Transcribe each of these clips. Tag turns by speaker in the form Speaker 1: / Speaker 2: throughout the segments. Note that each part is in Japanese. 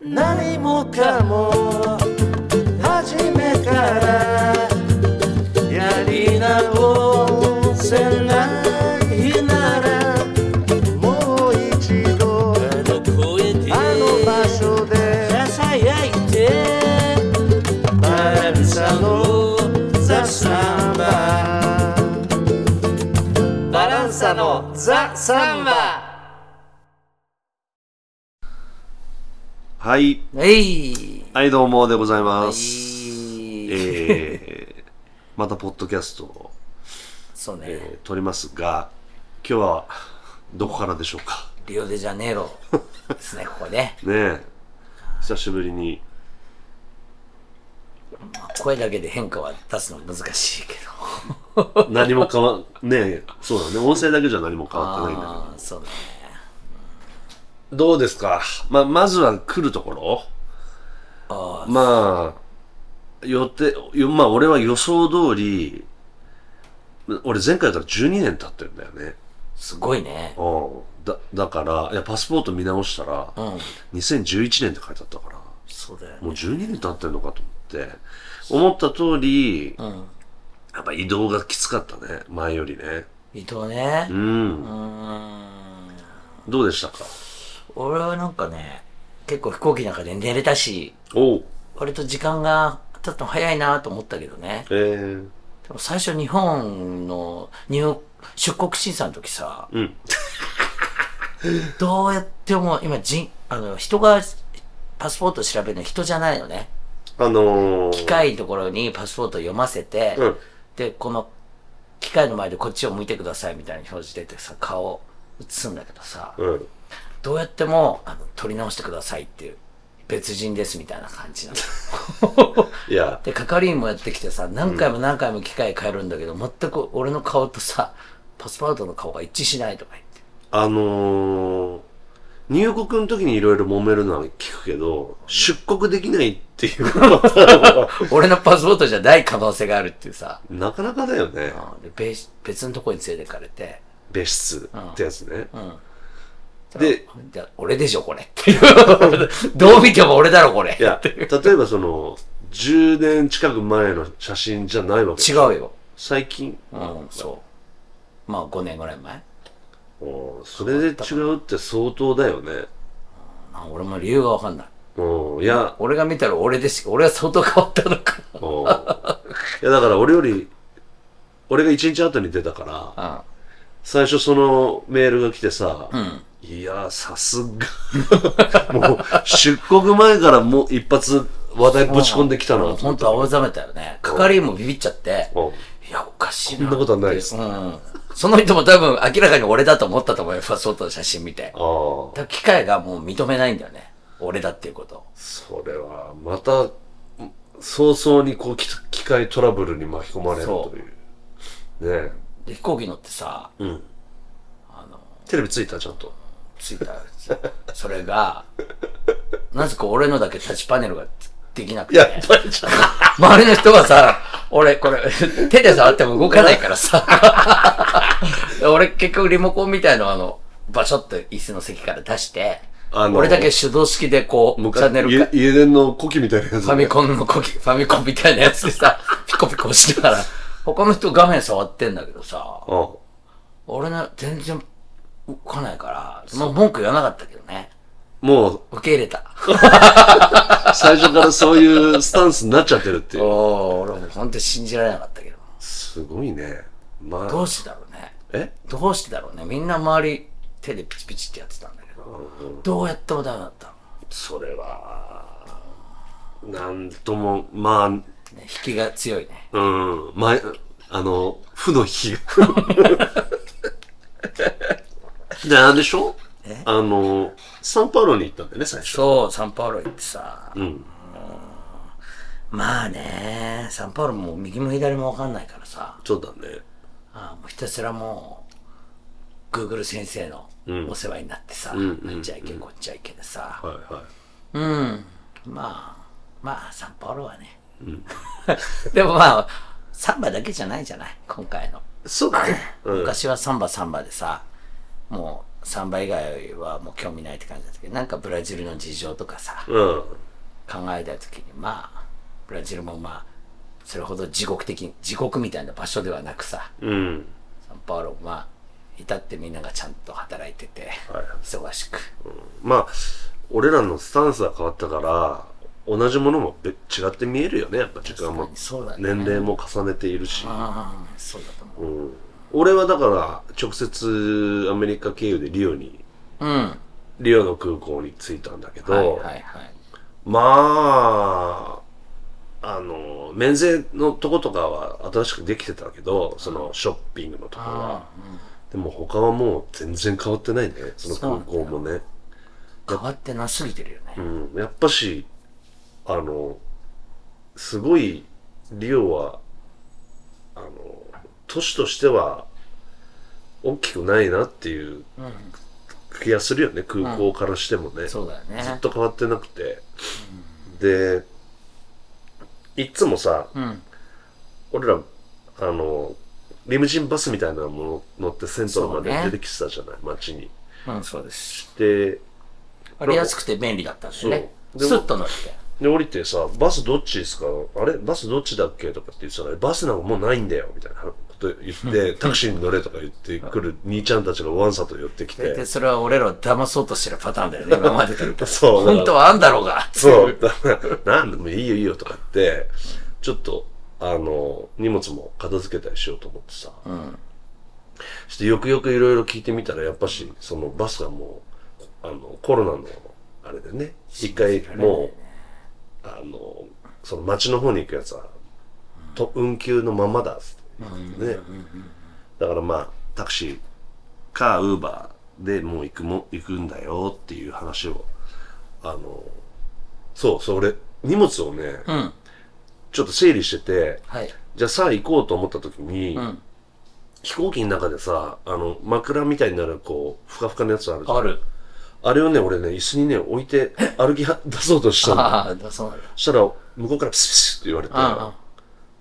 Speaker 1: 何もかも初めからやり直せないならもう一度
Speaker 2: あの声で
Speaker 1: あの場所で
Speaker 2: ささやいて
Speaker 1: バランサのザ・サンバ
Speaker 2: バランサのザ・サンバ
Speaker 3: はい。
Speaker 2: えい
Speaker 3: はい、どうもでございます。
Speaker 2: え
Speaker 3: えー、またポッドキャストを、
Speaker 2: そうね、
Speaker 3: えー撮りますが、今日はどこからでしょうか。
Speaker 2: リオデジャネイロですねここね
Speaker 3: ねえ。久しぶりに。
Speaker 2: 声だけで変化は出すの難しいけど
Speaker 3: 何も変わ、ねえ、そうだね。音声だけじゃ何も変わってないんだ
Speaker 2: ああそうね
Speaker 3: けど。どうですかまあ、まずは来るところ
Speaker 2: あ
Speaker 3: まあ、予定、よまあ俺は予想通り、俺前回から12年経ってるんだよね。
Speaker 2: すごいね
Speaker 3: うん。だ、だから、いや、パスポート見直したら、
Speaker 2: うん
Speaker 3: 2011年って書いてあったから、
Speaker 2: そうだよね
Speaker 3: もう12年経ってんのかと思って、思った通り、
Speaker 2: うん
Speaker 3: やっぱ移動がきつかったね。前よりね。
Speaker 2: 伊藤ね
Speaker 3: う。
Speaker 2: うんーん
Speaker 3: どうでしたか
Speaker 2: 俺はなんかね結構飛行機の中で寝れたし
Speaker 3: おう。
Speaker 2: 割と時間が経ったの早いなと思ったけどね
Speaker 3: えー、
Speaker 2: でも最初日本の入出国審査の時さ
Speaker 3: うん。
Speaker 2: どうやっても今人あの人がパスポート調べるの人じゃないのね
Speaker 3: あのー、
Speaker 2: 機械のところにパスポート読ませて、
Speaker 3: うん
Speaker 2: でこの機械の前でこっちを向いてくださいみたいな表示出てさ顔映すんだけどさ
Speaker 3: うん。
Speaker 2: どうやってもあの撮り直してくださいっていう別人ですみたいな感じなの。
Speaker 3: いや、
Speaker 2: で係員もやってきてさ何回も何回も機械変えるんだけど、全く俺の顔とさパスポートの顔が一致しないとか言って
Speaker 3: あのー、入国の時にいろいろ揉めるのは聞くけど、出国できないっていうことは
Speaker 2: 俺のパスポートじゃない可能性があるっていうさ、
Speaker 3: なかなかだよね。
Speaker 2: うんで別別のとこに連れてかれて、
Speaker 3: 別室ってやつね。
Speaker 2: うん、
Speaker 3: で、
Speaker 2: じゃあ俺でしょこれっていうどう見ても俺だろこれ
Speaker 3: いや、例えばその、10年近く前の写真じゃないわけ。
Speaker 2: 違うよ、
Speaker 3: 最近。
Speaker 2: うん、そうまあ5年ぐらい前
Speaker 3: おーそれで違うって相当だよね。
Speaker 2: あ俺も理由が分かんない
Speaker 3: うん、いや、
Speaker 2: 俺が見たら俺でし俺は相当変わったのか
Speaker 3: おーいやだから俺より、俺が1日後に出たから、
Speaker 2: な
Speaker 3: 最初そのメールが来てさ、
Speaker 2: ん
Speaker 3: いや、さすが。 もう、出国前からもう一発話題ぶち込んできたな
Speaker 2: うん、本当青ざめたよね係員もビビっちゃって、
Speaker 3: うん
Speaker 2: いや、おかしいな。
Speaker 3: そんなことはないです
Speaker 2: うん。その人も多分明らかに俺だと思ったと思うよ、パスポートの写真見て。だか
Speaker 3: ああ、
Speaker 2: ら機械がもう認めないんだよね。俺だっていうことを。
Speaker 3: それは、また、早々にこう、き機械トラブルに巻き込まれるという。ねえ
Speaker 2: で、飛行機乗ってさ、
Speaker 3: うん。テレビついたちゃんと。
Speaker 2: 着いた。それ が、なぜか俺のだけタッチパネルができなくて、ね。
Speaker 3: ぱりちゃんと。
Speaker 2: 周りの人はさ、俺これ、手で触っても動かないから さ。俺結局リモコンみたいのをあの、バシャッと椅子の席から出して、
Speaker 3: あの
Speaker 2: 俺だけ手動式でこう、チャンネルか
Speaker 3: 家家電のコキみたいなやつ。
Speaker 2: ファミコンのコキ、ファミコンみたいなやつで さ、ピコピコしながら、他の人画面触ってんだけどさ、
Speaker 3: うん。
Speaker 2: 俺の全然動かないから、まあ文句言わなかったけどね。
Speaker 3: も
Speaker 2: 受け入れた。
Speaker 3: う、最初からそういうスタンスになっちゃってるっていう。
Speaker 2: おー、俺も本当に信じられなかったけど。
Speaker 3: すごいね。ま
Speaker 2: ど
Speaker 3: あ、
Speaker 2: うしてだろうね。
Speaker 3: え
Speaker 2: どうしてだろうね。みんな周り手でピチピチってやってたんだけど、どうやってもダメだったの。
Speaker 3: それは、なんとも、まあ、
Speaker 2: ね引きが強いね。
Speaker 3: うん、前、あの、負の日が。で、あれでしょあの、サンパウロに行ったんだよね、最初。
Speaker 2: そう、サンパウロ行ってさ、
Speaker 3: うん。
Speaker 2: まあね、サンパウロも右も左もわかんないからさ、
Speaker 3: そうだね。
Speaker 2: ああもうひたすらもう Google 先生の
Speaker 3: ん
Speaker 2: お世話になってさ、
Speaker 3: んうん
Speaker 2: あっちゃいけこっちゃいけでさ、
Speaker 3: はいはい。
Speaker 2: うんまあまあサンパウロはね、 でもまあサンバだけじゃないじゃない今回の、
Speaker 3: そうだね。うん。
Speaker 2: 昔はサンバサンバでさもうサンバ以外はもう興味ないって感じだったけど、なんかブラジルの事情とかさ、
Speaker 3: うん。
Speaker 2: 考えた時に、まあ、ブラジルもまあ、それほど地獄的、地獄みたいな場所ではなくさ、
Speaker 3: うん。
Speaker 2: サンパウロもまあ、至ってみんながちゃんと働いてて、
Speaker 3: はい
Speaker 2: 忙しく。
Speaker 3: まあ、俺らのスタンスが変わったから、同じものもべ違って見えるよね、やっぱ時間
Speaker 2: 確か
Speaker 3: も
Speaker 2: に。そうだね
Speaker 3: 年齢も重ねているし。
Speaker 2: ああ、そうだと思う。
Speaker 3: うん俺はだから、直接アメリカ経由でリオに、
Speaker 2: うん。は
Speaker 3: リオの空港に着いたんだけ
Speaker 2: いはい
Speaker 3: ど、
Speaker 2: はい。
Speaker 3: まあ、あの、免税のとことかは新しくできてたけど、そのショッピングのところは。でも他はもう全然変わってないね、その空港もね。
Speaker 2: 変わってなすぎてるよね。
Speaker 3: うん、やっぱし、あの、すごい、リオは、あの、都市としては、大きくないなっていう気がするよね、空港からしてもね。
Speaker 2: そうだよね。
Speaker 3: ずっと変わってなくて。で、いっつもさ、
Speaker 2: うん。
Speaker 3: 俺ら、あの、リムジンバスみたいなもの乗って銭湯ま
Speaker 2: そうね
Speaker 3: で出てきてたじゃない、街に。
Speaker 2: うん、そうです。
Speaker 3: で、
Speaker 2: あれ安くて便利だったんだよね。ス
Speaker 3: そう
Speaker 2: ッと乗って。
Speaker 3: で、降りてさ、バスどっちですかあれバスどっちだっけとかって言ってたら、バスなんかもうないんだよみたいなこと言 って、タクシーに乗れとか言ってくる兄ちゃんたちがわんさと寄ってき
Speaker 2: で、
Speaker 3: て。
Speaker 2: それは俺らを騙そうとしてるパターンだよ ね、今までから。
Speaker 3: そうだから
Speaker 2: 本当はあんだろうが。
Speaker 3: そう。 だからなんでもいいよいいよとか言って、ちょっと、あの、荷物も片付けたりしようと思ってさ。
Speaker 2: ん
Speaker 3: してよくよくいろいろ聞いてみたら、やっぱし、そのバスがもう、あの、コロナの、あれでね、一回もう、あの、その街の方に行くやつは、と運休のままだっつって、ね。だからまあ、タクシーか、ウーバーでもう行くも、行くんだよっていう話を、あの、そう、それ、荷物をね、
Speaker 2: うん。
Speaker 3: ちょっと整理してて、
Speaker 2: はい。
Speaker 3: じゃあさあ行こうと思った時に、
Speaker 2: ん
Speaker 3: 飛行機の中でさ、あの、枕みたいになる、こう、ふかふかのやつあるじゃん。
Speaker 2: ある。
Speaker 3: あれをね、俺ね、椅子にね、置いて歩きは出そうとしたの。
Speaker 2: ああ、だそうなんだ。
Speaker 3: したら、向こうからピシピシって言われて、
Speaker 2: あ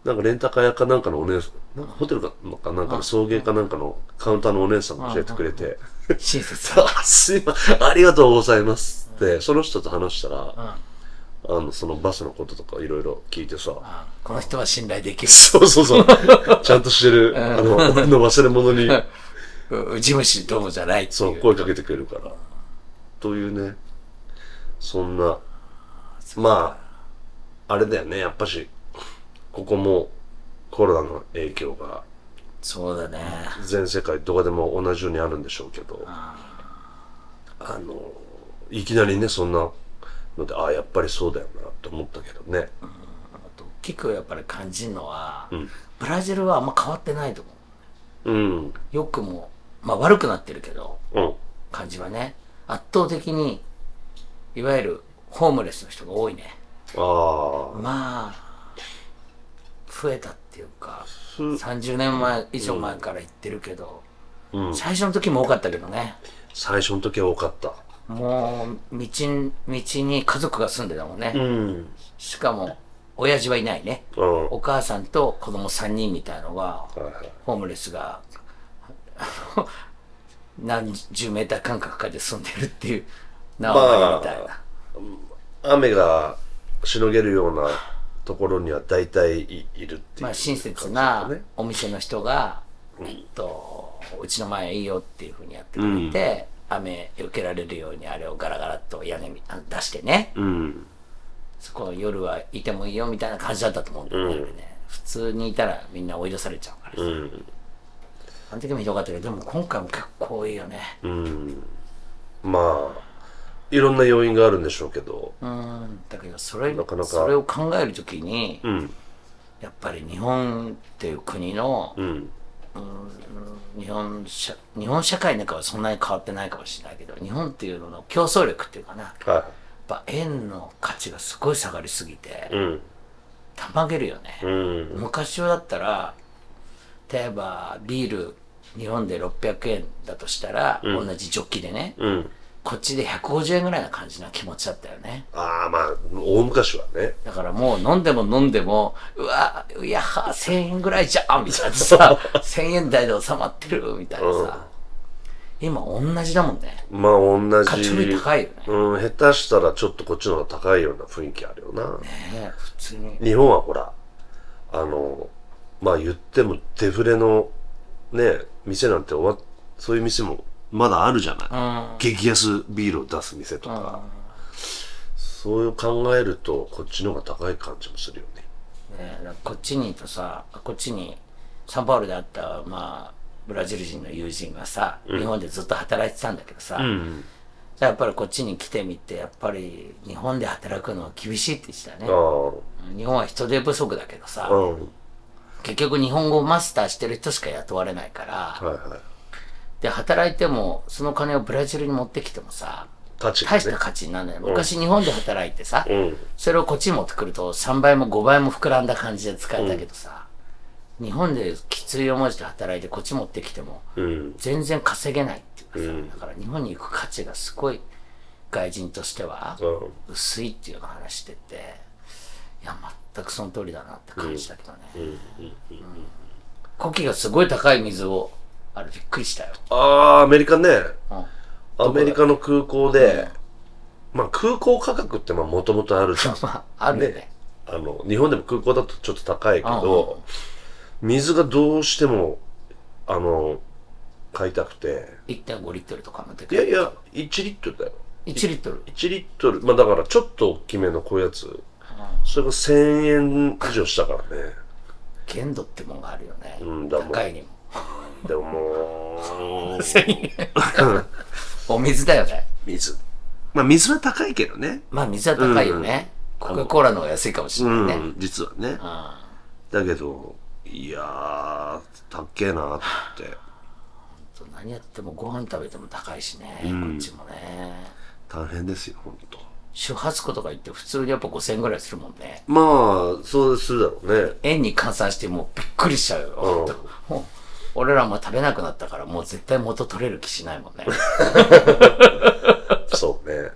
Speaker 3: なんかレンタカー屋かなんかのお姉さん、なんかホテルかなんかの送迎かなんかのカウンターのお姉さんが教えてくれて、
Speaker 2: あ、親切だ。
Speaker 3: あ、すいません、ありがとうございますって、その人と話したら、
Speaker 2: あ
Speaker 3: あの、そのバスのこととかいろいろ聞いてさ、
Speaker 2: あこの人は信頼できる。
Speaker 3: そうそう そう、ちゃんとしてる、あの、俺の忘れ物に、
Speaker 2: う事務士どうもじゃないっていう。
Speaker 3: そう、声かけてくれるから。というね、そんな、まあ、あれだよね、やっぱし、ここもコロナの影響が
Speaker 2: そうだね。
Speaker 3: 全世界どこでも同じようにあるんでしょうけど、あの、いきなりね、そんなので、ああ、やっぱりそうだよな、と思ったけどね。
Speaker 2: 大きくやっぱり感じるのは、ブラジルはあんま変わってないと思う。
Speaker 3: うん。
Speaker 2: 良くも、まあ悪くなってるけど、
Speaker 3: うん。
Speaker 2: 感じはね。圧倒的に、いわゆるホームレスの人が多いね。
Speaker 3: ああ。
Speaker 2: まあ、増えたっていうか、30年前以上前から言ってるけど、最初の時も多かったけどね。
Speaker 3: 最初の時は多かった。
Speaker 2: もう、道に、道に家族が住んでたもんね。
Speaker 3: うん。
Speaker 2: しかも、親父はいないね。
Speaker 3: うん。
Speaker 2: お母さんと子供3人みたいのが、
Speaker 3: はいはい
Speaker 2: ホームレスが、あの何十メーター間隔かで住んでるっていう、なおみたいな。
Speaker 3: 雨がしのげるようなところには大体いいるっていう。
Speaker 2: まあ、親切
Speaker 3: 感
Speaker 2: な
Speaker 3: じだね
Speaker 2: お店の人が、えっと、うちの前いいよっていうふうにやってくれて、雨受けられるようにあれをガラガラっと屋根にあ出してね、
Speaker 3: うん。
Speaker 2: そこ夜はいてもいいよみたいな感じだったと思うんだよね、あれね普通にいたらみんな追い出されちゃうからさ、
Speaker 3: うん。
Speaker 2: あの時もひどかったけど、でも今回も結構多いよね。
Speaker 3: うん。まあ、いろんな要因があるんでしょうけど。
Speaker 2: うん。だけど、それ、
Speaker 3: なかなか
Speaker 2: それを考えるときに、
Speaker 3: うん。
Speaker 2: やっぱり日本っていう国の、
Speaker 3: うん。
Speaker 2: 日本社日本社会の中はそんなに変わってないかもしれないけど日本っていうのの競争力っていうかなやっ
Speaker 3: は
Speaker 2: ぱ円の価値がすごい下がりすぎて
Speaker 3: い。うん。
Speaker 2: たまげるよね、
Speaker 3: うん。
Speaker 2: 昔はだったら例えばビール日本で600円だとしたら、同じジョッキでね、
Speaker 3: うん。
Speaker 2: こっちで150円ぐらいな感じな気持ちだったよね
Speaker 3: ああ、まあ、大昔はね。
Speaker 2: だからもう飲んでも飲んでも、うわ、いやは、1000円ぐらいじゃんみたいなさ、1000円台で収まってるみたいなさ、今同じだもんね。
Speaker 3: まあ同じ。
Speaker 2: カチョリ高いよね
Speaker 3: うん、下手したらちょっとこっちの方が高いような雰囲気あるよな。
Speaker 2: ね普通に。
Speaker 3: 日本はほら、あの、まあ言ってもデフレのね、店なんて終わっ、そういう店もまだあるじゃな
Speaker 2: う
Speaker 3: い。
Speaker 2: ん。
Speaker 3: 激安ビールを出す店とか、そういう考えるとこっちの方が高い感じもするよね。
Speaker 2: ねなんかこっちにいたさ、こっちに、サンパウロで会った、まあ、ブラジル人の友人がさ、日本でずっと働いてたんだけどさ、
Speaker 3: ん。
Speaker 2: やっぱりこっちに来てみて、やっぱり日本で働くのは厳しいって言ってたね。
Speaker 3: あ
Speaker 2: 日本は人手不足だけどさ、
Speaker 3: あ、うん。
Speaker 2: 結局日本語をマスターしてる人しか雇われないから、
Speaker 3: はいはい。
Speaker 2: で、働いても、その金をブラジルに持ってきてもさ、
Speaker 3: 価値が
Speaker 2: 大した
Speaker 3: ね。
Speaker 2: 価値にならない。昔日本で働いてさ、
Speaker 3: うん。
Speaker 2: それをこっちに持ってくると3倍も5倍も膨らんだ感じで使えたけどさ、日本できつい思いして働いてこっち持ってきても
Speaker 3: うん。
Speaker 2: 全然稼げないっていうかさ、だから日本に行く価値がすごい外人としては
Speaker 3: うん。
Speaker 2: 薄いっていうような話してて、いや、全くその通りだなって感じだけどね。うんコキがすごい高い水を、あれびっくりしたよ。
Speaker 3: ああ、アメリカね。
Speaker 2: うん
Speaker 3: アメリカの空港で、まあ空港価格ってまあもともとあるじゃん。
Speaker 2: まあ、あるよね。
Speaker 3: あの、日本でも空港だとちょっと高いけど、水がどうしても、あの、買いたくて。
Speaker 2: 1.5リットルとかので
Speaker 3: い
Speaker 2: か
Speaker 3: や
Speaker 2: い。
Speaker 3: いや、1リットルだよ。
Speaker 2: 1リットル。
Speaker 3: 1リットル、まあだからちょっと大きめのこういうやつ。それが1000円以上したからね。
Speaker 2: 限度ってもんがあるよね。
Speaker 3: うんだもん
Speaker 2: 高いにも。
Speaker 3: でももう、
Speaker 2: お水だよね。
Speaker 3: 水。まあ水は高いけどね。
Speaker 2: まあ水は高いよね。コカ・コーラの方が安いかもしれ
Speaker 3: う
Speaker 2: ないね。
Speaker 3: ん、実はね。だけど、いやー、高えなって。
Speaker 2: そう何やってもご飯食べても高いしね、こっちもね。
Speaker 3: 大変ですよ、ほんと。
Speaker 2: 周波数とか言って普通にやっぱ5000円ぐらいするもんね。
Speaker 3: まあ、そうするだろうね。
Speaker 2: 円に換算してもうびっくりしちゃうよ。ほんともう俺らも食べなくなったからもう絶対元取れる気しないも んね。
Speaker 3: そうね。うん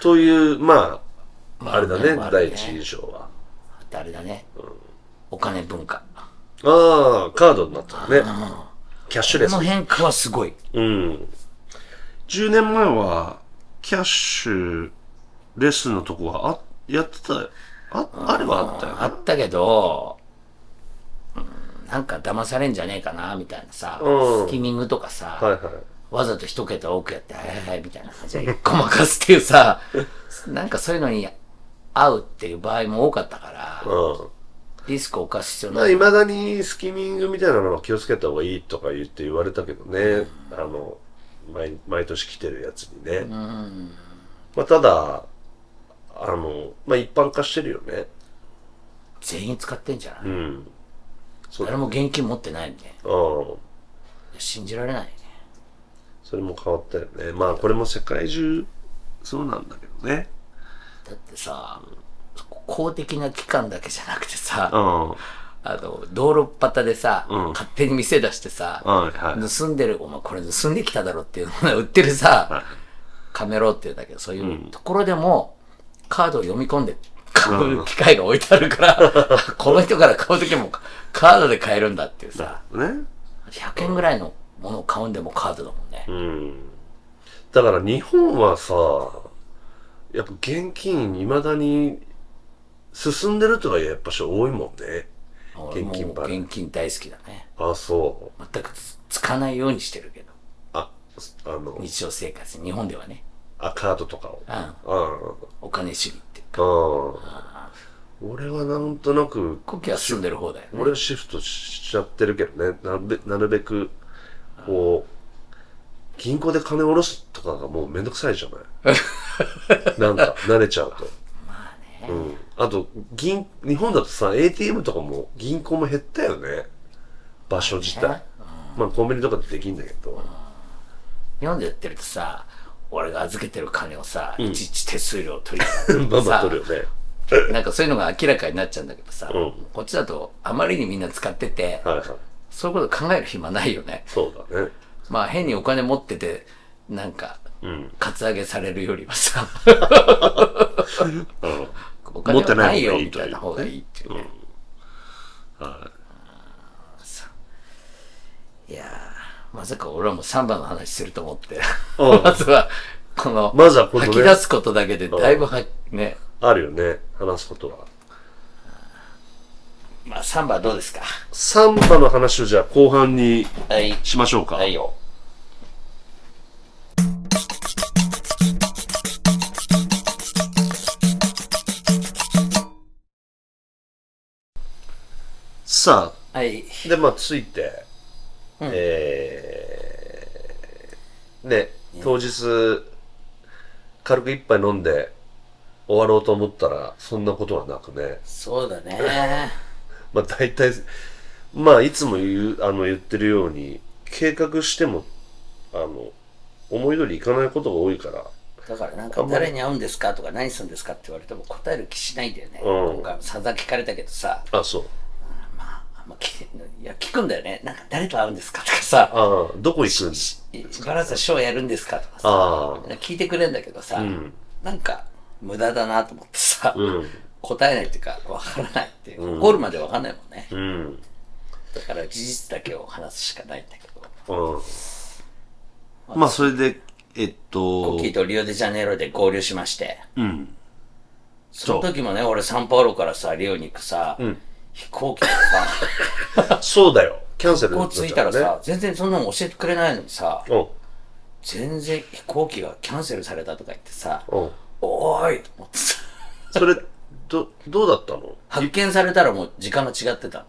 Speaker 3: という、まあ、あれだね、
Speaker 2: まあ
Speaker 3: 第一印象は。
Speaker 2: あとあれだね。お金文化。
Speaker 3: ああ、カードになったね。キャッシュレ
Speaker 2: こ
Speaker 3: ス
Speaker 2: の。変化はすごい。
Speaker 3: うん。10年前は、キャッシュレスのとこは、あ、やってたよ。あ、あれはあったよ
Speaker 2: あったけど、うんなんか騙されんじゃねえかな、みたいなさ、
Speaker 3: うん
Speaker 2: スキミングとかさ、
Speaker 3: はいはい。
Speaker 2: わざと一桁多くやって、はいはいはいみたいな感じで、ごまかすっていう さ、なんかそういうのに合うっていう場合も多かったから、
Speaker 3: うん。
Speaker 2: リスクを犯す必要
Speaker 3: まあ、
Speaker 2: ない。
Speaker 3: いまだにスキミングみたいなのは気をつけた方がいいとか言って言われたけどね、あの毎毎年来てるやつにね、まあ、ただあの、まあ、一般化してるよね
Speaker 2: 全員使ってんじゃない、
Speaker 3: うんそうだ
Speaker 2: 誰も現金持ってないんで、
Speaker 3: ああ
Speaker 2: 信じられないね。
Speaker 3: それも変わったよねまあこれも世界中そうなんだけどね
Speaker 2: だってさ、公的な機関だけじゃなくてさ、
Speaker 3: うんは
Speaker 2: あの、道路端でさ、
Speaker 3: うん
Speaker 2: 勝手に店出してさ、
Speaker 3: いはい
Speaker 2: 盗んでる、お前これ盗んできただろっていうの を売ってるさ、カメロっていうんだけど、そういうところでも、カードを読み込んで買う機械が置いてあるから、 この人から買うときもカードで買えるんだっていうさ、
Speaker 3: ね
Speaker 2: 100円ぐらいのものを買うんでもカードだもんね。
Speaker 3: うんだから日本はさやっぱ現金いまだに進んでるとはいえやっぱし多いもんね
Speaker 2: 俺も
Speaker 3: 現金
Speaker 2: う
Speaker 3: 払い
Speaker 2: 現金大好きだね。
Speaker 3: あ、そ
Speaker 2: 全くつつかないようにしてるけど、
Speaker 3: う。あ、すあの、
Speaker 2: 日常生活、日本ではね、
Speaker 3: あ、カードとかを。
Speaker 2: うん、
Speaker 3: う
Speaker 2: お金主義っていうか、
Speaker 3: ん。うん。俺はなんとなく、
Speaker 2: コキは住んでる方だよね。
Speaker 3: 俺はシフトしちゃってるけどね。なるべなるべく、こう、銀行で金下ろすとかがもうめんどくさいじゃ ない。なんか、慣れちゃうと。うん、あと銀日本だとさ ATM とかも銀行も減ったよね場所自体、
Speaker 2: ね
Speaker 3: まあコンビニとかでできんだけど、
Speaker 2: 日本でやってるとさ俺が預けてる金をさ、いちいち手数料取りやが
Speaker 3: まあまあ取るよ ね
Speaker 2: なんかそういうのが明らかになっちゃうんだけどさ、
Speaker 3: うん
Speaker 2: こっちだとあまりにみんな使ってて、
Speaker 3: はいはい
Speaker 2: そういうこと考える暇ないよね
Speaker 3: そうだね
Speaker 2: まあ変にお金持っててなんか
Speaker 3: うん
Speaker 2: カツアゲされるよりはさ
Speaker 3: うん
Speaker 2: お金はないよ
Speaker 3: 持
Speaker 2: み
Speaker 3: って
Speaker 2: たい
Speaker 3: ない
Speaker 2: な
Speaker 3: 方
Speaker 2: 方
Speaker 3: が
Speaker 2: が
Speaker 3: い
Speaker 2: い
Speaker 3: い
Speaker 2: いっていうね、 いやーまさか俺はもうサンバの話すると思って。
Speaker 3: うん
Speaker 2: まずは、この、
Speaker 3: まずはこのね
Speaker 2: 吐き出すことだけでだいぶは、ね、
Speaker 3: あるよね、話すことは。
Speaker 2: まあサンバどうですか
Speaker 3: サンバの話をじゃあ後半に
Speaker 2: はい。
Speaker 3: しましょうか。
Speaker 2: はいよ。
Speaker 3: さ
Speaker 2: はい。
Speaker 3: あ、で、まあ、ついて、
Speaker 2: うん
Speaker 3: えー、ね、当日、軽く一杯飲んで終わろうと思ったら、そんなことはなくね。
Speaker 2: そうだね。
Speaker 3: まあ、大体、まあ、いつも言う、あの、言ってるように、計画しても、あの、思い通りいかないことが多いから、
Speaker 2: だからなんか誰に会うんですかとか何するんですかって言われても答える気しないんだよね。
Speaker 3: うん
Speaker 2: 今回もさざ聞かれたけどさ、
Speaker 3: あ、そう。
Speaker 2: あんま聞けいや聞くんだよね。なんか誰と会うんですかとかさ、
Speaker 3: ああ、どこ行くん
Speaker 2: ししばらくはショーやるんですかとかさ、
Speaker 3: あ
Speaker 2: 聞いてくれんだけどさ、
Speaker 3: あ、うん、
Speaker 2: なんか無駄だなと思ってさ、
Speaker 3: うん、
Speaker 2: 答えないっていうかわからないっていう、
Speaker 3: うん
Speaker 2: ゴールまでわかんないもんね。
Speaker 3: うん。
Speaker 2: だから事実だけを話すしかないんだけど。
Speaker 3: うん。まあ、それで、えっ
Speaker 2: コッ
Speaker 3: と
Speaker 2: キー、とリオデジャネイロで合流しまして、
Speaker 3: うん。
Speaker 2: その時もね、俺サンパウロからさ、リオに行くさ、
Speaker 3: ん
Speaker 2: 飛行機でさ、
Speaker 3: そうだよ。キャンセル
Speaker 2: こう着いたらさ、全然そんなの教えてくれないのにさ、
Speaker 3: うん、
Speaker 2: 全然飛行機がキャンセルされたとか言ってさ、
Speaker 3: うん。
Speaker 2: おーいと思ってさ、
Speaker 3: それ、ど、どうだったの
Speaker 2: 発見されたらもう時間が違ってたの。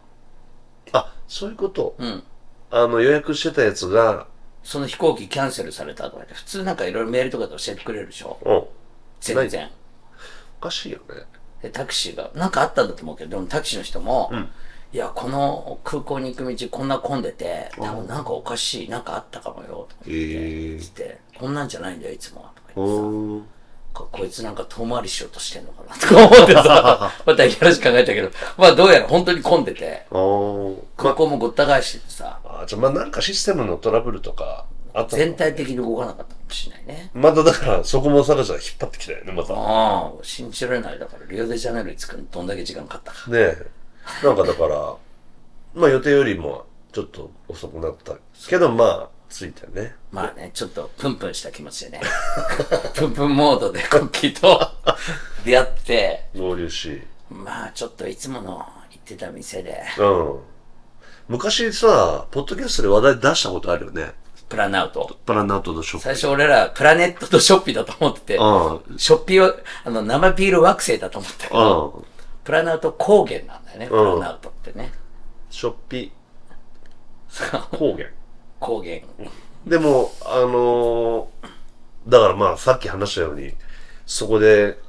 Speaker 3: あ、そういうこと。
Speaker 2: うん。
Speaker 3: あの、予約してたやつが、
Speaker 2: その飛行機キャンセルされたとか言って、普通なんかいろいろメールとかで教えてくれるでしょ
Speaker 3: うん。お
Speaker 2: 全然。
Speaker 3: かしいよね。
Speaker 2: で、タクシーが、なんかあったんだと思うけど、でもタクシーの人も、いや、この空港に行く道こんな混んでて、多分なんかおかしい、なんかあったかもよ、とか言
Speaker 3: ええ
Speaker 2: っ。て、こんなんじゃないんだよ、いつもは、とか
Speaker 3: う
Speaker 2: 言ってさ。
Speaker 3: ーん。
Speaker 2: ここいつなんか遠回りしようとしてんのかなとか思って さ、 またいやらしく考えたけど、まあどうやら本当に混んでて、
Speaker 3: あー
Speaker 2: 空港もごった返しててさ、
Speaker 3: あ。じゃあ、まあ、なんかシステムのトラブルとか、あったの
Speaker 2: 全体的に動かなかったかもしれないね。
Speaker 3: まただから、そこもさらさら引っ張ってきたよね、また。
Speaker 2: ああ、信じられない。だから、リオデジャネイロに着くのにどんだけ時間かかったか。
Speaker 3: ねえ。なんかだから、まあ予定よりもちょっと遅くなったけど、まあ、ついたよね。
Speaker 2: まあね、ちょっとプンプンした気持ちでね。 プンプンモードでコッキーと出会って、
Speaker 3: 合流し。
Speaker 2: まあちょっといつもの行ってた店で、
Speaker 3: うん。昔さ、ポッドキャストで話題出したことあるよね。
Speaker 2: プランアウト。
Speaker 3: プランナートのショッ
Speaker 2: 最初俺らプラネットとショッピーだと思ってて、
Speaker 3: プ。
Speaker 2: ショッピーは、あの、生ビール惑星だと思ったけど、
Speaker 3: うん。うん。
Speaker 2: プラナウト高原なんだよね、プラナウトってね。
Speaker 3: ショッピ
Speaker 2: そう
Speaker 3: 高原。
Speaker 2: 高原。
Speaker 3: でも、あのーだからまあさっき話したように、そこで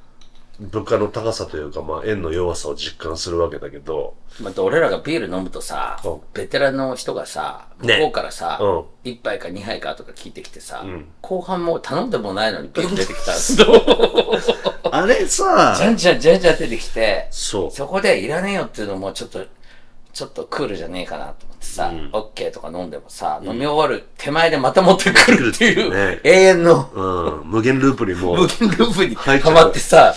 Speaker 3: 物価の高さというか、まあ円の弱さを実感するわけだけど、
Speaker 2: また俺らがビール飲むとさ
Speaker 3: うん、
Speaker 2: ベテランの人がさ、向
Speaker 3: ね
Speaker 2: こうからさ、
Speaker 3: うん
Speaker 2: 一1杯か2杯かとか聞いてきてさ、
Speaker 3: ん
Speaker 2: 後半もう頼んでもないのにビール出てきたら、 じ
Speaker 3: あれ
Speaker 2: ゃ
Speaker 3: さ、
Speaker 2: んじゃんじゃんじゃん出てきて、
Speaker 3: そう。
Speaker 2: そこでいらねえよっていうのもちょっと、ちょっとクールじゃねえかなと思ってさ、
Speaker 3: うん
Speaker 2: オッケーとか飲んでもさ、飲み終わる手前でまた持ってくるっていう、
Speaker 3: 来るって
Speaker 2: 永遠の
Speaker 3: うん、無限ループにもう
Speaker 2: 無、限ループに
Speaker 3: 入っちゃ
Speaker 2: ハ
Speaker 3: う
Speaker 2: マってさ、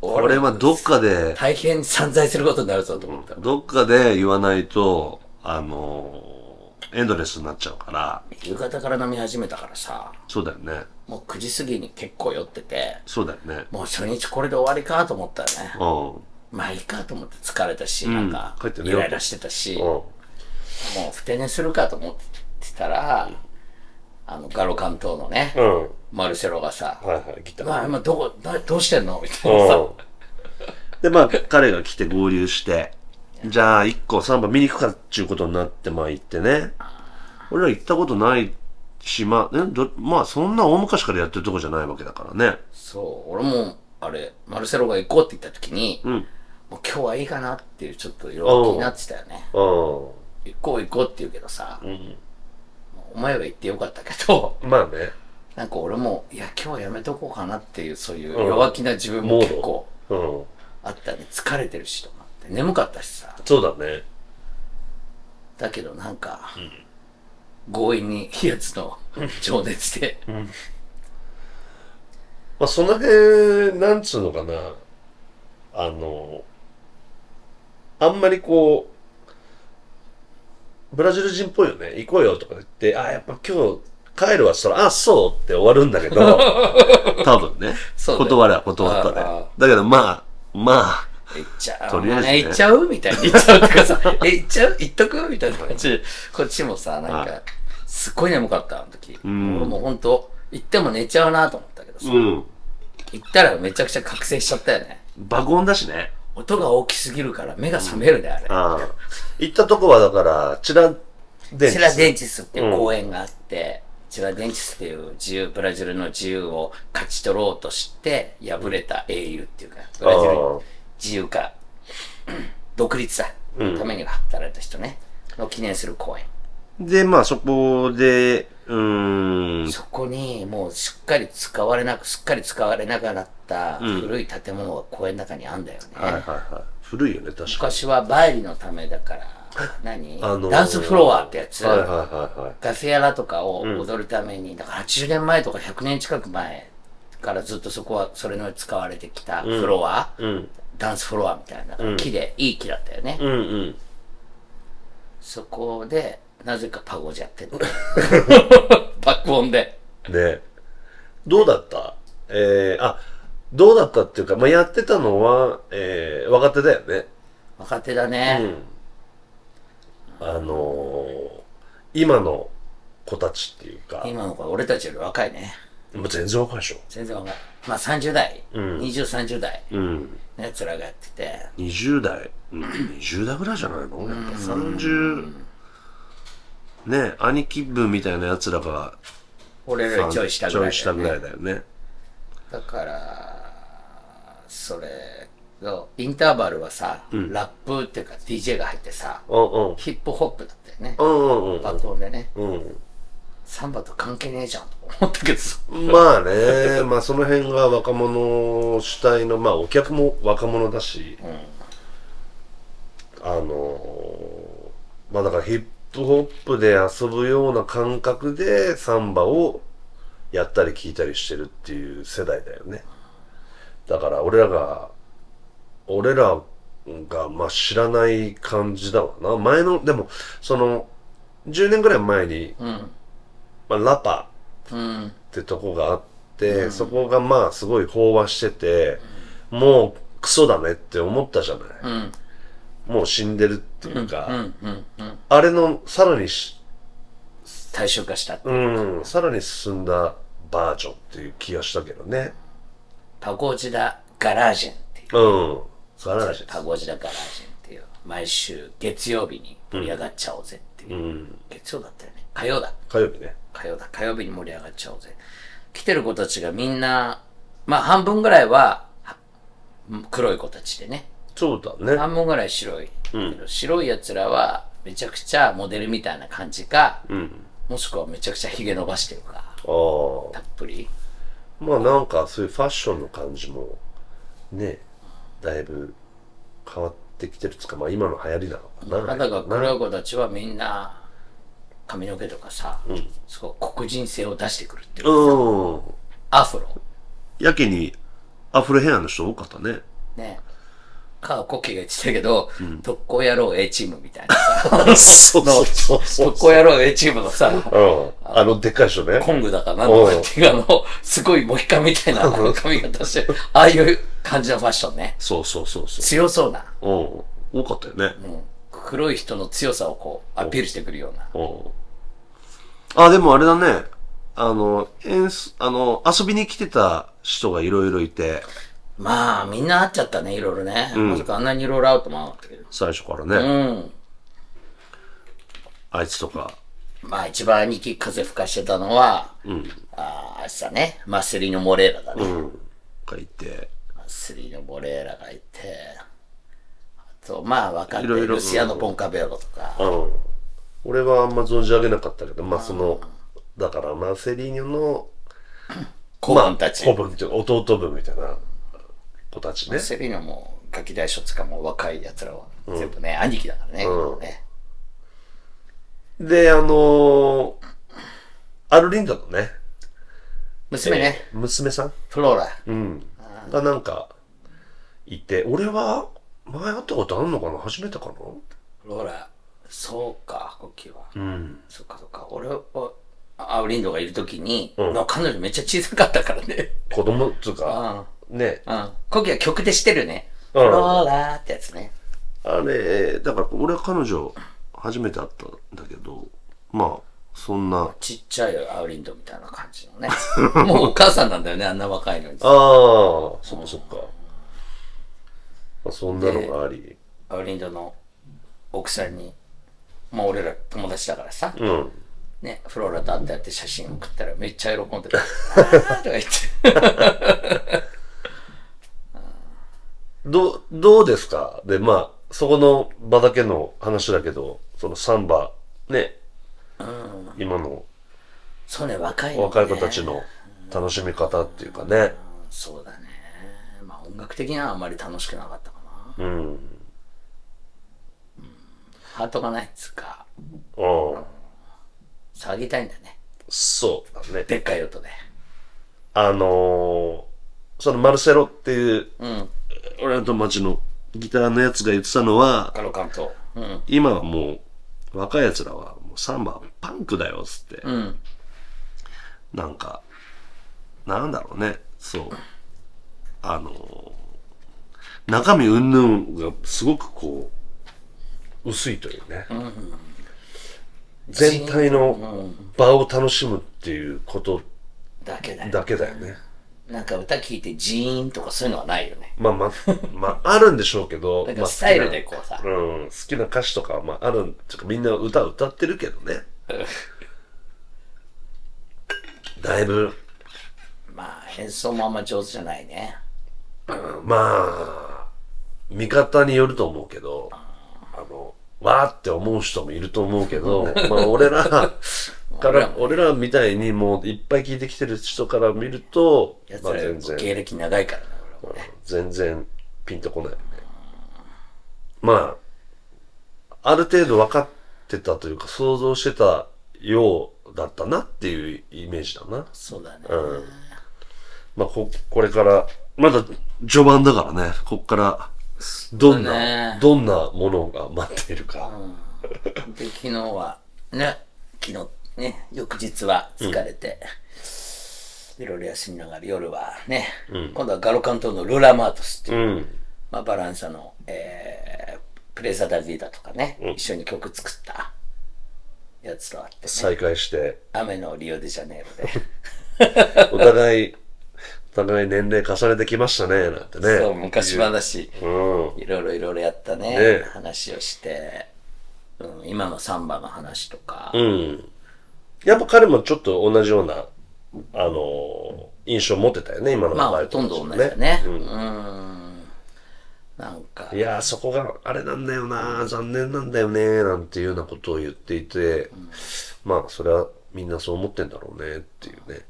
Speaker 3: これはどっかで、
Speaker 2: 大変散財することになるぞと思った。
Speaker 3: どっかで言わないと、あのーエンドレスになっちゃうから、
Speaker 2: 夕方から飲み始めたからさ、
Speaker 3: そうだよね。
Speaker 2: もう9時過ぎに結構酔ってて、
Speaker 3: そうだよね。
Speaker 2: もう初日これで終わりかと思ったよね。
Speaker 3: う
Speaker 2: まあいいかと思って疲れたし、なんか
Speaker 3: 帰って、
Speaker 2: イ
Speaker 3: 寝よう
Speaker 2: ライラしてたし、
Speaker 3: ん。う
Speaker 2: も
Speaker 3: ん。
Speaker 2: う不定寝するかと思ってたら、あの、ガロ関東のね、
Speaker 3: うん。
Speaker 2: マルセロがさ、
Speaker 3: はいはい、ギタ
Speaker 2: まあ
Speaker 3: ー。
Speaker 2: 今どこ、などうしてんのみたいなさ、
Speaker 3: うん。で、まあ、彼が来て合流して、じゃあ、一個3番見に行くかっていうことになって、まあ行ってね。俺ら行ったことないし、まあ、ね、どまあ、そんな大昔からやってるとこじゃないわけだからね。
Speaker 2: そう、俺も、あれ、マルセロが行こうって言った時に、
Speaker 3: うん。
Speaker 2: もう今日はいいかなっていう、ちょっといろいろ気になってたよね。
Speaker 3: う
Speaker 2: 行こう行こうって言うけどさ、
Speaker 3: ん。
Speaker 2: お前は行ってよかったけど、
Speaker 3: まあね。
Speaker 2: なんか俺も、いや、今日はやめとこうかなっていう、そういう
Speaker 3: うん
Speaker 2: 弱気な自分も結構
Speaker 3: うん。
Speaker 2: あったね。疲れてるしと思って、眠かったしさ。
Speaker 3: そうだね。
Speaker 2: だけどなんか、強引にやつの情熱で、
Speaker 3: まあ、その辺、なんつうのかな。あの、あんまりこう、ブラジル人っぽいよね、行こうよとか言って、あ、やっぱ今日帰るわって言ったら、あ、そうって終わるんだけど、 多分ね、
Speaker 2: そうだよ
Speaker 3: 断りは断った
Speaker 2: ああ
Speaker 3: ね。だけどまあ、まあ、
Speaker 2: 行っちゃう。
Speaker 3: とりあえずね
Speaker 2: え行っちゃうみ たいな。行っちゃうとかさ、え、行っちゃう行っとくみたいな感じで、こっちもさ、なん
Speaker 3: は
Speaker 2: か、すっごい眠かった、あの時。
Speaker 3: うん
Speaker 2: 俺もうほんと、行っても寝ちゃうなと思ったけどさ、
Speaker 3: うん。
Speaker 2: 行ったらめちゃくちゃ覚醒しちゃったよね。
Speaker 3: 爆音だしね。
Speaker 2: 音が大きすぎるから目が覚めるね、あれ。
Speaker 3: ああ。行ったとこはだから、チラで、
Speaker 2: チラデンチスっていう公園があって、チラデンチスっていう自由、ブラジルの自由を勝ち取ろうとして、敗れた英雄っていうか、ブラジル
Speaker 3: ああ
Speaker 2: 自由化、独立だ、
Speaker 3: うん
Speaker 2: ために働いた人ね、の記念する公園。
Speaker 3: で、まあそこで、うーん、
Speaker 2: そこに、もうしっかり使われなく、すっかり使われなくなった古い建物が公園の中にあんだよね。
Speaker 3: はいはいはい。古いよね、確かに。
Speaker 2: 昔はバイリのためだから、何、
Speaker 3: あのー
Speaker 2: ダンスフロアってやつ。
Speaker 3: はいはいはいはい。
Speaker 2: ガフェアラとかを踊るために、だから80年前とか100年近く前からずっとそこはそれの使われてきたフロア、
Speaker 3: うん。
Speaker 2: ダンスフロアみたいな、
Speaker 3: ん
Speaker 2: 木でいい木だったよね、
Speaker 3: うんうん。
Speaker 2: そこでなぜかパゴジャっ てんの爆音で
Speaker 3: ねどうだったえー、あ、どうだったっていうか、まあ、やってたのは、えー、若手だよね。
Speaker 2: 若手だね、
Speaker 3: うん。あのー、今の子たちっていうか、
Speaker 2: 今の子は俺たちより若いね
Speaker 3: もう全然若いでしょ。
Speaker 2: 全然若いまあ30代、
Speaker 3: うん
Speaker 2: 2030代
Speaker 3: うん。
Speaker 2: のやつらがやってて
Speaker 3: 20代、うん、20代ぐらいじゃないのやっぱ30、ね兄貴分みたいなやつらが、
Speaker 2: 俺らよりちょい下ぐ
Speaker 3: ちょ
Speaker 2: らいだよね、
Speaker 3: い下ぐらいだよね。
Speaker 2: だからそれのインターバルはさ、ラップっていうか DJ が入ってさ
Speaker 3: うんうん。
Speaker 2: ヒップホップだったよね
Speaker 3: うんうんうん。
Speaker 2: 爆音でね
Speaker 3: うん
Speaker 2: サンバと関係ねえじゃんと思ったけどさ
Speaker 3: まあね、まあその辺が若者主体の、まあお客も若者だし、あのー、まあだからヒップホップで遊ぶような感覚でサンバをやったり聴いたりしてるっていう世代だよね。だから俺らが、俺らがまあ知らない感じだわな。前の、でもその10年ぐらい前に、
Speaker 2: うん
Speaker 3: まあラパ
Speaker 2: うん
Speaker 3: ってとこがあって、そこがまあすごい飽和してて、もうクソだねって思ったじゃない、
Speaker 2: うん
Speaker 3: もう死んでるっていうか、
Speaker 2: うんうんうん
Speaker 3: あれのさらにし、
Speaker 2: 大衆化した
Speaker 3: うん、さらに進んだバージョンっていう気がしたけどね。
Speaker 2: パゴジダ・ガラージェンっていう
Speaker 3: うん。さらにし
Speaker 2: パゴジダ・ガラージェンっていう毎週月曜日に盛り上がっちゃおうぜっていう、
Speaker 3: うん。
Speaker 2: 月曜だったよね火曜だ
Speaker 3: 火曜日ね。
Speaker 2: 火曜だ、火曜日に盛り上がっちゃおうぜ。来てる子たちがみんな、まあ半分ぐらいは、は黒い子たちでね。
Speaker 3: そうだね。
Speaker 2: 半分ぐらい白い。白い奴らは、めちゃくちゃモデルみたいな感じか、
Speaker 3: うん。
Speaker 2: もしくはめちゃくちゃ髭伸ばしてるか、
Speaker 3: ああ
Speaker 2: た。っぷり。
Speaker 3: まあなんかそういうファッションの感じも、ね、だいぶ変わってきてるっつうか、まあ今の流行りなのか
Speaker 2: だ
Speaker 3: な。
Speaker 2: から黒い子たちはみんな、髪の毛とかさ、すごい黒人性を出してくるっていう。
Speaker 3: うん。
Speaker 2: アフロ。
Speaker 3: やけにアフロヘアの人多かったね。
Speaker 2: ね。か、コッキーが言ってたけど、特攻野郎 A チームみたいなさ、
Speaker 3: そうそうそう そ
Speaker 2: 特攻野郎 A チームのさ、
Speaker 3: うん。あの、でっかい人ね。
Speaker 2: コングだかなんだかっていうあの、すごいモヒカンみたいな髪型してる、ああいう感じのファッションね。
Speaker 3: そうそうそうそ
Speaker 2: 強そうな、
Speaker 3: う。うん。多かったよね。
Speaker 2: うん黒い人の強さをこう、アピールしてくるような。
Speaker 3: うん。あ、でもあれだね。あの、演出、あの、遊びに来てた人がいろいろいて、
Speaker 2: まあ、みんな会っちゃったね、いろいろね。まさかあんなにいろいろ会うとも思わなかったけど。
Speaker 3: 最初から
Speaker 2: う
Speaker 3: ね。
Speaker 2: ん。
Speaker 3: あいつとか。
Speaker 2: まあ、一番兄貴風吹かしてたのは、ああ、あいつだね。マスリーノ・モレーラだね。
Speaker 3: うん。がいて。
Speaker 2: マスリーノ・モレーラがいて、あと、まあ、若手、
Speaker 3: いろいろ
Speaker 2: ルシアノ・ポンカベロとか。
Speaker 3: うん。俺はあんま存じ上げなかったけど、まあその、だからマセリーニョの、
Speaker 2: 後
Speaker 3: まあ
Speaker 2: 半たち。
Speaker 3: 子分っていうか弟分みたいな子たちね。
Speaker 2: セリーナもガキ大将つかもう若い奴らは全部ね、兄貴だからね,、
Speaker 3: うん
Speaker 2: ね
Speaker 3: で、あのー、アルリンダのね、
Speaker 2: 娘ね、
Speaker 3: 娘さん、
Speaker 2: フローラ
Speaker 3: うん、がなんか、いて、俺は、前会ったことあんのかな初めてかな
Speaker 2: フローラそうか、コッキーは。
Speaker 3: うん。
Speaker 2: そっかそっか。俺は、アウリンドがいるときに、
Speaker 3: うん
Speaker 2: の彼女めっちゃ小さかったからね。
Speaker 3: 子供っつうか、
Speaker 2: あ
Speaker 3: ね。
Speaker 2: あ、うん。コッキーは曲でしてるよね。
Speaker 3: う
Speaker 2: ロ
Speaker 3: ん
Speaker 2: ーラーってやつね。
Speaker 3: あれ、だから俺は彼女初めて会ったんだけど、まあ、そんな。
Speaker 2: ちっちゃいアウリンドみたいな感じ のね。もうお母さんなんだよね、あんな若いのに。
Speaker 3: ああ、そっかそっか。まあ、そんなのがあり。
Speaker 2: アウリンドの奥さんに、まあ俺ら友達だからさ、
Speaker 3: うん。
Speaker 2: ね、フローラと会ってやって写真送ったらめっちゃ喜ん でた。あーとか言って。
Speaker 3: ど、どうですかで、まあ、そこの場だけの話だけど、そのサンバ、ね、今の
Speaker 2: そうね、若いの、ね。
Speaker 3: 若い子たち。の楽しみ方っていうかね、
Speaker 2: そうだね。まあ音楽的にはあんまり楽しくなかったかな。
Speaker 3: うん。
Speaker 2: ハートがないっつうか、
Speaker 3: うん。
Speaker 2: 騒ぎたいんだね。
Speaker 3: そうだね。
Speaker 2: でっかい音で。
Speaker 3: あのー、そのマルセロっていう、
Speaker 2: うん。
Speaker 3: 俺の友達のギターのやつが言ってたのは、
Speaker 2: カロカント。うん。
Speaker 3: 今はもう、若い奴らは、もうサンバはパンクだよ、つって。
Speaker 2: うん。
Speaker 3: なんか、なんだろうね、そう。あのー、中身うんぬんがすごくこう、薄いというね。全体の場を楽しむっていうこと
Speaker 2: だけだよ。
Speaker 3: だけだよね。
Speaker 2: なんか歌聴いてジーンとかそういうのはないよね。
Speaker 3: まあまあ、まああるんでしょうけど。
Speaker 2: なん
Speaker 3: ま
Speaker 2: か
Speaker 3: あ
Speaker 2: スタイルでこうさ
Speaker 3: うん、好きな歌詞とかはまああるん、てかみんな歌を歌ってるけどね。だいぶ、
Speaker 2: まあ演奏もあんま上手じゃないね。
Speaker 3: まあ、見方によると思うけど、あの、わーって思う人もいると思うけ ど、まあ俺らから、俺らみたいにもういっぱい聞いてきてる人から見ると、
Speaker 2: やつ
Speaker 3: まあ
Speaker 2: ら
Speaker 3: 全然。
Speaker 2: 芸歴長いからな、俺はね。
Speaker 3: 全然ピンとこないよね。まあ、ある程度分かってたというか、想像してたようだったなっていうイメージだな。
Speaker 2: そうだね。
Speaker 3: うん。まあ、こ、これから、まだ序盤だからね、こっから、どん
Speaker 2: そう
Speaker 3: な、
Speaker 2: だね
Speaker 3: どんなものが待っているか。
Speaker 2: で、昨日は、ね、昨日、ね、翌日は疲れて、いろいろ休みながら夜はね、今度はガロカントのルーラーマートスっていうう、
Speaker 3: ん。
Speaker 2: まあ、バランサの、えー、プレイサダディーダとかね、一緒に曲作ったやつと会って、ね、
Speaker 3: 再開して、
Speaker 2: 雨のリオデジャネイロで、
Speaker 3: お互い、 お互い年齢重ねてきましたね、なんて ね。
Speaker 2: そう、昔話。
Speaker 3: うん。
Speaker 2: いろいろいろいろやったね、
Speaker 3: ええ
Speaker 2: 話をして、うん、今のサンバの話とか、
Speaker 3: うん。やっぱ彼もちょっと同じような、あのー印象持ってたよね、今の
Speaker 2: まあ
Speaker 3: 若
Speaker 2: ほ
Speaker 3: い子
Speaker 2: とん
Speaker 3: た
Speaker 2: ど
Speaker 3: ちも
Speaker 2: 同じだね。う
Speaker 3: うん
Speaker 2: ん。なんか、
Speaker 3: いやー、そこがあれなんだよな、残念なんだよね、なんていうようなことを言っていて、まあ、それはみんなそう思ってんだろうね、っていうね。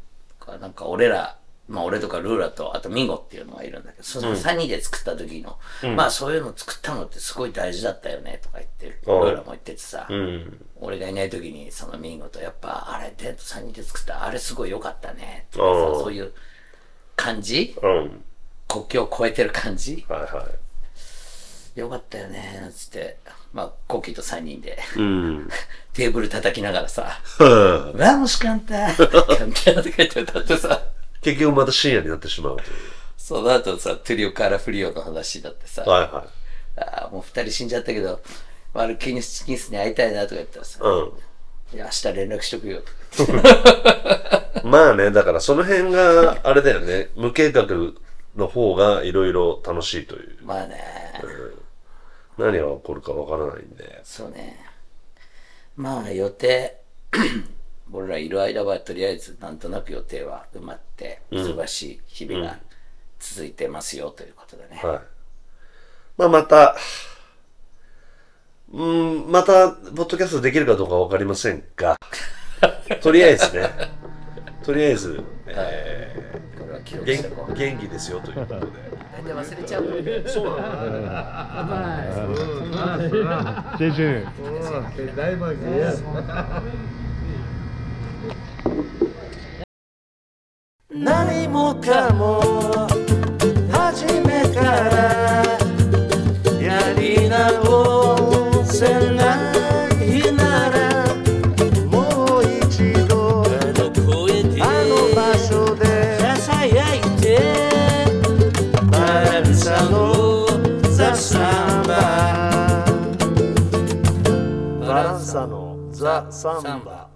Speaker 2: なんか俺ら、まあ俺とかルーラと、あとミンゴっていうのがいるんだけど、その3人で作った時の、まあそういうの作ったのってすごい大事だったよね、とか言ってる。ル
Speaker 3: ああ
Speaker 2: ーラも言っててさ、
Speaker 3: うん。
Speaker 2: 俺がいない時にそのミンゴとやっぱ、あれ、デート3人で作った、あれすごい良かったね、とか
Speaker 3: ああ
Speaker 2: さ、そういう感じ
Speaker 3: うん。
Speaker 2: 国境を越えてる感じ
Speaker 3: はいは
Speaker 2: よかったよね、なんつって。まあ、コッキーと3人で、
Speaker 3: い。うん。
Speaker 2: テーブル叩きながらさ、
Speaker 3: はあ
Speaker 2: わあ、もし簡 単簡単って書いて歌ってさ、
Speaker 3: 結局また深夜になってしまうという。
Speaker 2: その後さ、トゥリオからフリオの話だってさ、
Speaker 3: はいは
Speaker 2: ああ、もう二人死んじゃったけど、マルキニス・キンスに会いたいなとか言ったらさ、
Speaker 3: い。
Speaker 2: いや、明日連絡しとくよとか
Speaker 3: うん。まあね、だからその辺が、あれだよね、無計画の方がいろいろ楽しいという。
Speaker 2: まあね、
Speaker 3: 何が起こるかわからないんで。
Speaker 2: そうね。まあ、予定、 俺らいる間はとりあえずなんとなく予定は埋まって、忙しい日々が続いてますよということだね。
Speaker 3: はい。まあまた、うーん、また、ポッドキャストできるかどうかわかりませんが、 とりあえずね、とりあえず、え
Speaker 2: これは記
Speaker 3: ー、
Speaker 2: 録してこ
Speaker 3: 元元気ですよということで。
Speaker 2: う。で忘れちゃう。
Speaker 3: そうなの
Speaker 4: 谢谢。
Speaker 1: 何もかも初めからやり直せない
Speaker 3: ランサのザ・サンバ